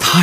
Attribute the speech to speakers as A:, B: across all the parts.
A: 他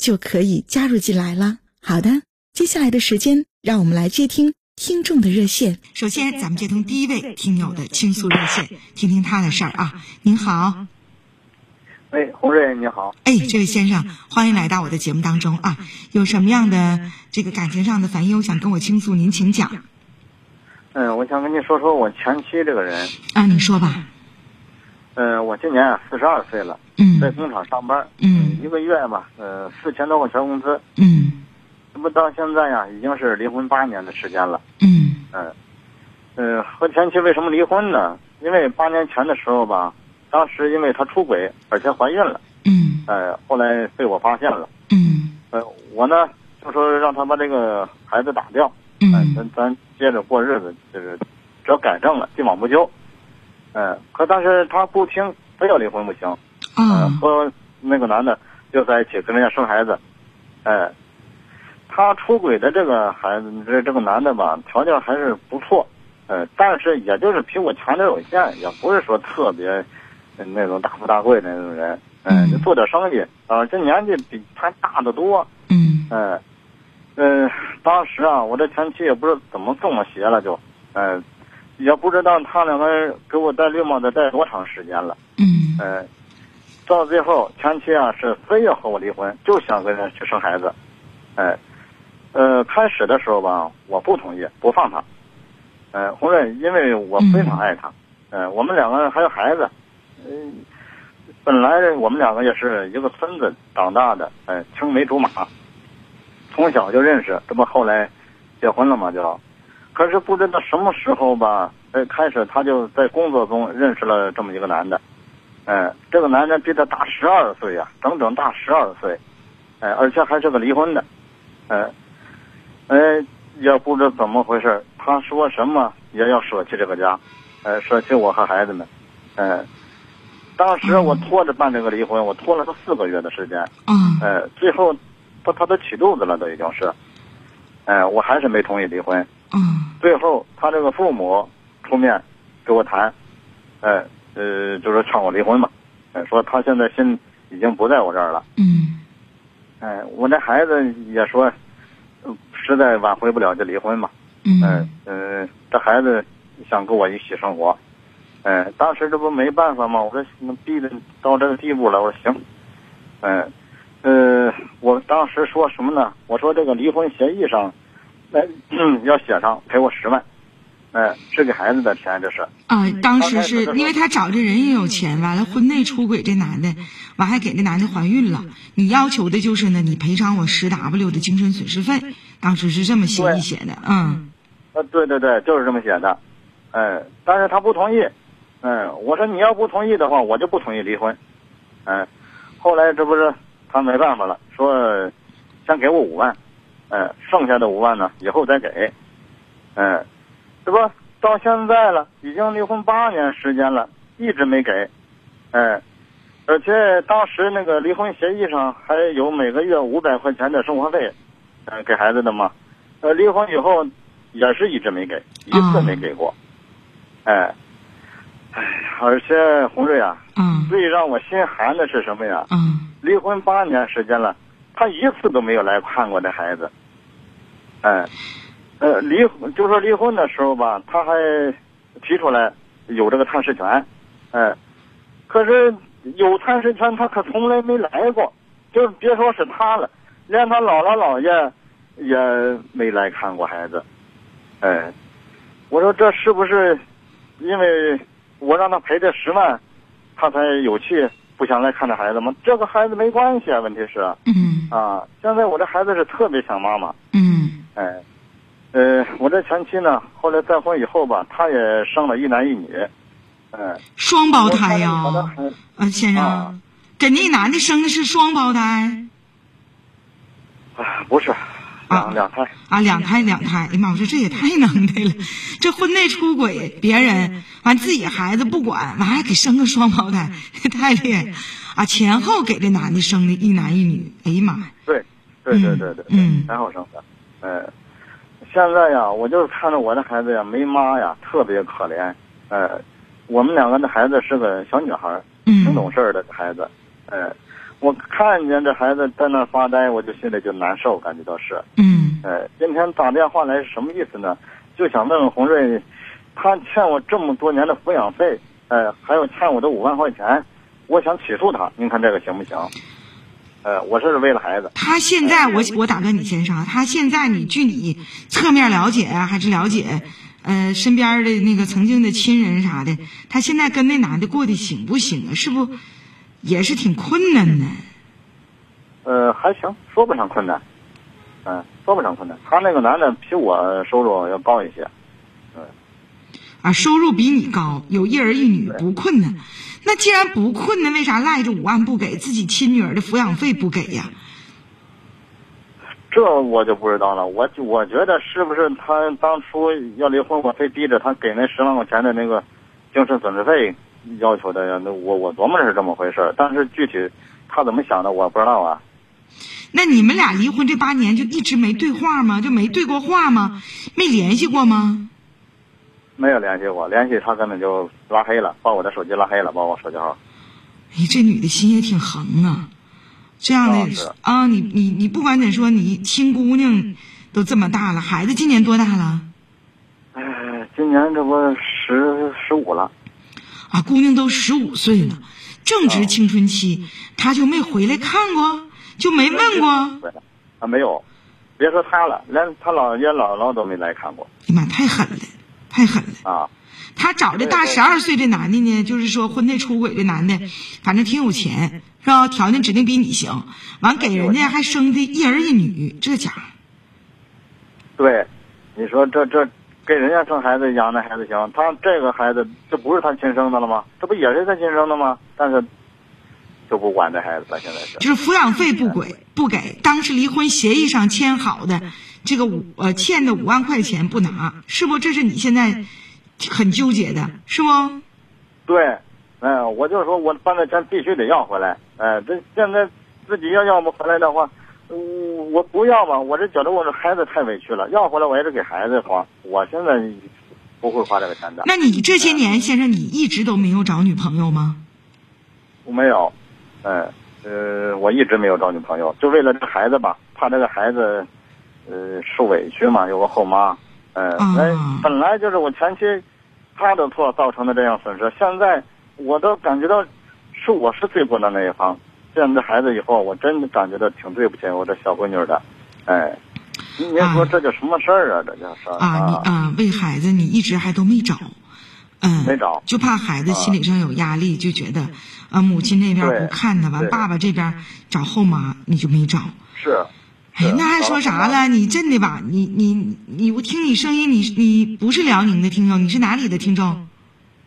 B: 就可以加入进来了。好的，接下来的时间，让我们来接听听众的热线。
C: 首先，咱们接通第一位听友的倾诉热线，听听他的事儿啊。您好，
D: 哎，洪瑞你好，
C: 哎，这位先生，欢迎来到我的节目当中啊。有什么样的这个感情上的烦忧想跟我倾诉，您请讲啊
D: 嗯，我想跟你说说我前妻这个人。
C: 啊。你说吧，
D: 嗯，我今年四十二岁了，
C: 嗯
D: 在工厂上班，
C: 嗯
D: 一个月吧，呃，四千多块钱工资。
C: 嗯
D: 这不到现在呀，已经是离婚八年的时间了。
C: 嗯
D: 嗯，嗯，和前妻为什么离婚呢？因为八年前的时候吧，当时因为她出轨，而且怀孕了，
C: 嗯
D: 呃，后来被我发现了，
C: 嗯
D: 呃，我呢就说让她把这个孩子打掉，嗯，
C: 嗯
D: 咱咱接着过日子，就是只要改正了，既往不咎。嗯，可但是他不听，非要离婚不行。嗯，
C: 啊
D: 和那个男的又在一起，跟人家生孩子。哎，他出轨的这个孩子，这这个男的吧，条件还是不错。呃，但是也就是比我强点有限，也不是说特别呃那种大富大贵的那种人。嗯，
C: 嗯
D: 就做点生意啊、这年纪比他大得多。
C: 嗯
D: 嗯，嗯，当时啊，我这前妻也不知道怎么中了邪了，就，嗯，也不知道他两个人给我戴绿帽子戴多长时间了，
C: 嗯
D: 嗯，到最后前妻啊是非要和我离婚，就想跟人去生孩子，哎、呃，开始的时候吧，我不同意，不放他，呃，红润，因为我非常爱他，呃，我们两个人还有孩子，嗯、本来我们两个也是一个村子长大的，呃，青梅竹马，从小就认识，这不后来结婚了嘛就，可是不知道什么时候吧，呃，开始他就在工作中认识了这么一个男的，嗯、这个男的比他大十二岁呀、整整大十二岁，哎、而且还是个离婚的，呃，呃，也不知怎么回事，他说什么也要舍弃这个家，呃，舍弃我和孩子们，嗯、当时我拖着办这个离婚，我拖了他四个月的时间，
C: 啊
D: 呃，最后他他都起肚子了，都已经是，呃，我还是没同意离婚。
C: 啊
D: 最后他这个父母出面给我谈，呃呃，就说劝我离婚嘛，呃，说他现在心已经不在我这儿了，
C: 嗯
D: 哎、我这孩子也说，呃实在挽回不了就离婚嘛，嗯
C: 嗯
D: 嗯，这孩子想跟我一起生活，嗯、当时这不没办法嘛，我说那逼的到这个地步了，我说行，嗯、呃，我当时说什么呢？我说这个离婚协议上，那、嗯 要写上赔我十万，嗯、是给孩子的钱，这是，
C: 啊！当时是因为他找这人也有钱，完了婚内出轨这男的，完还给那男的怀孕了。你要求的就是呢，你赔偿我十 W 的精神损失费，当时是这么协议写的，嗯
D: 呃，对对对，就是这么写的，嗯、但是他不同意，嗯、我说你要不同意的话，我就不同意离婚，嗯、后来这不是他没办法了，说先给我五万，嗯、剩下的五万呢以后再给，嗯、这不到现在了，已经离婚八年时间了，一直没给，嗯、而且当时那个离婚协议上还有每个月五百块钱的生活费，嗯、给孩子的嘛，呃，离婚以后也是一直没给，一次没给过，哎、哎，而且红瑞啊，
C: 啊
D: 最让我心寒的是什么呀？
C: 啊。
D: 离婚八年时间了，他一次都没有来看过这孩子。哎，呃，离婚就说离婚的时候吧，他还提出来有这个探视权，哎，可是有探视权他可从来没来过，就别说是他了，连他姥姥姥爷也没来看过孩子，哎，我说这是不是因为我让他赔这十万，他才有气不想来看这孩子吗？这个孩子没关系啊，问题是
C: 嗯
D: 啊，现在我这孩子是特别想妈妈，
C: 嗯
D: 哎，呃，我这前妻呢，后来再婚以后吧，她也生了一男一女，嗯、
C: 双胞胎哦呀、
D: 我看着你好像还
C: 啊，先生
D: 啊，
C: 给那男的生的是双胞胎
D: 啊，不是，两、
C: 啊
D: 两胎，
C: 啊，两胎两胎。哎嗯呀妈，我说这也太能耐了，这婚内出轨别人，完自己孩子不管，完还给生个双胞胎，太厉害了啊！前后给这男的生的一男一女，哎呀妈呀，
D: 对，对对对对，
C: 嗯嗯
D: 然后生的，嗯、现在呀，我就是看着我的孩子呀，没妈呀，特别可怜，呃，我们两个的孩子是个小女孩儿，挺懂
C: 嗯
D: 事儿的孩子，呃，我看见这孩子在那儿发呆，我就心里就难受，感觉到是，
C: 嗯
D: 呃，今天打电话来是什么意思呢？就想问问红瑞，他欠我这么多年的抚养费，呃，还有欠我的五万块钱，我想起诉他，您看这个行不行？呃，我是为了孩子，
C: 他现在我我打断你先生，啊他现在你据你侧面了解啊，还是了解，呃，身边的那个曾经的亲人啥的，他现在跟那男的过得行不行啊？是不也是挺困难的？
D: 呃，还行，说不上困难，嗯、说不上困难。他那个男的比我收入要高一些，
C: 啊，收入比你高，有一儿一女，不困难。那既然不困难，为啥赖着五万不给自己亲女儿的抚养费不给呀？
D: 这我就不知道了。我就我觉得是不是他当初要离婚，我非逼着他给那十万块钱的那个精神损失费要求的呀？那我我琢磨是这么回事儿，但是具体他怎么想的我不知道啊。
C: 那你们俩离婚这八年就一直没对话吗？就没对过话吗？没联系过吗？
D: 没有联系我，联系他根本就拉黑了，把我的手机拉黑了，把我手机号。
C: 哎，这女的心也挺横啊，这样
D: 啊是
C: 的啊，你你你不管怎说，你亲姑娘都这么大了，孩子今年多大了？
D: 哎，今年这不十十五了，
C: 啊，姑娘都十五岁了，正值青春期，她就没回来看过，就没问过。
D: 对了啊没有，别说他了，连他姥爷姥姥都没来看过
C: 哎呀妈，太狠了，太狠了！
D: 啊。
C: 他找这大十二岁这男的呢，就是说婚内出轨这男的，反正挺有钱，是吧？条件指定比你行。完给人家还生的一儿一女，这家伙
D: 对，你说这这给人家生孩子养那孩子行，他这个孩子这不是他亲生的了吗？这不也是他亲生的吗？但是就不管这孩子了，现在是。
C: 就是抚养费不给，不给。当时离婚协议上签好的这个五呃欠的五万块钱不拿，是不？这是你现在很纠结的，是不？
D: 对，哎、我就说我把那钱必须得要回来。哎、这现在自己要要不回来的话，我我不要嘛，我这觉得我这孩子太委屈了，要回来我也得给孩子花。我现在不会花这个钱的，
C: 那你这些年，先生，你一直都没有找女朋友吗？
D: 我没有，嗯、呃，我一直没有找女朋友，就为了这孩子吧，怕这个孩子，呃，受委屈嘛，有个后妈，嗯、
C: 啊
D: 哎本来就是我前妻，她的错造成的这样损失，现在我都感觉到是我是最不能那一方，见这孩子以后，我真的感觉到挺对不起我这小闺女的，哎，您您说
C: 啊
D: 这叫什么事儿啊？这叫事儿
C: 啊，你啊，为孩子你一直还都没找，嗯，
D: 没找
C: 就怕孩子心理上有压力，就觉得啊，母亲那边
D: 对
C: 不看他，完
D: 对
C: 爸爸这边找后妈，你就没找。
D: 是。
C: 哎
D: 是，
C: 那还说啥
D: 找后妈
C: 了？你真的吧？你你你，我听你声音，你你不是辽宁的听众，你是哪里的听众？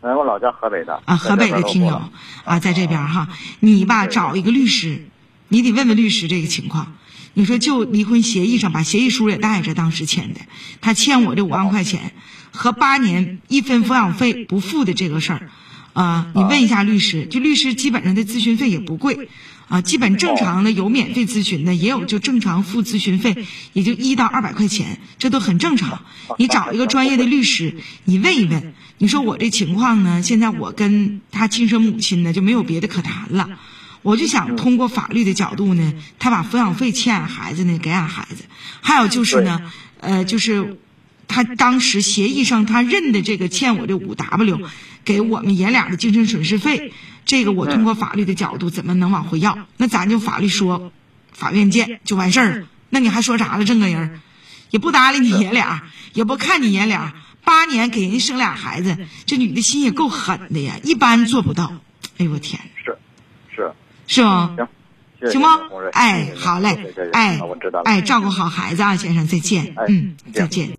D: 哎，我老家河北的
C: 啊，河北的听友啊，在这边哈，你吧找一个律师，你得问问律师这个情况。你说就离婚协议上把协议书也带着，当时签的，他欠我这五万块钱和八年一分抚养费不付的这个事儿，啊，你问一下律师，就律师基本上的咨询费也不贵，啊，基本正常的有免费咨询的，也有就正常付咨询费，也就一到二百块钱，这都很正常。
D: 啊
C: 你找一个专业的律师，你问一问，你说我这情况呢，现在我跟他亲生母亲呢就没有别的可谈了，我就想通过法律的角度呢，他把抚养费欠俺孩子呢给俺孩子，还有就是呢，呃，就是他当时协议上他认的这个欠我这五 W，给我们爷俩的精神损失费，这个我通过法律的角度怎么能往回要？那咱就法律说，法院见就完事儿了。那你还说啥了？这个人也不搭理你爷俩，也不看你爷俩，八年给人生俩孩子，这女的心也够狠的呀，一般做不到。哎呦我天，
D: 是是
C: 是吧？
D: 行，谢谢
C: 行
D: 您
C: 吗
D: 红瑞？
C: 哎
D: 谢谢您
C: 好嘞
D: 谢谢谢谢
C: 哎
D: 啊我知道了。
C: 哎，照顾好孩子啊，先生，再见。
D: 哎
C: 嗯，再
D: 再
C: 见。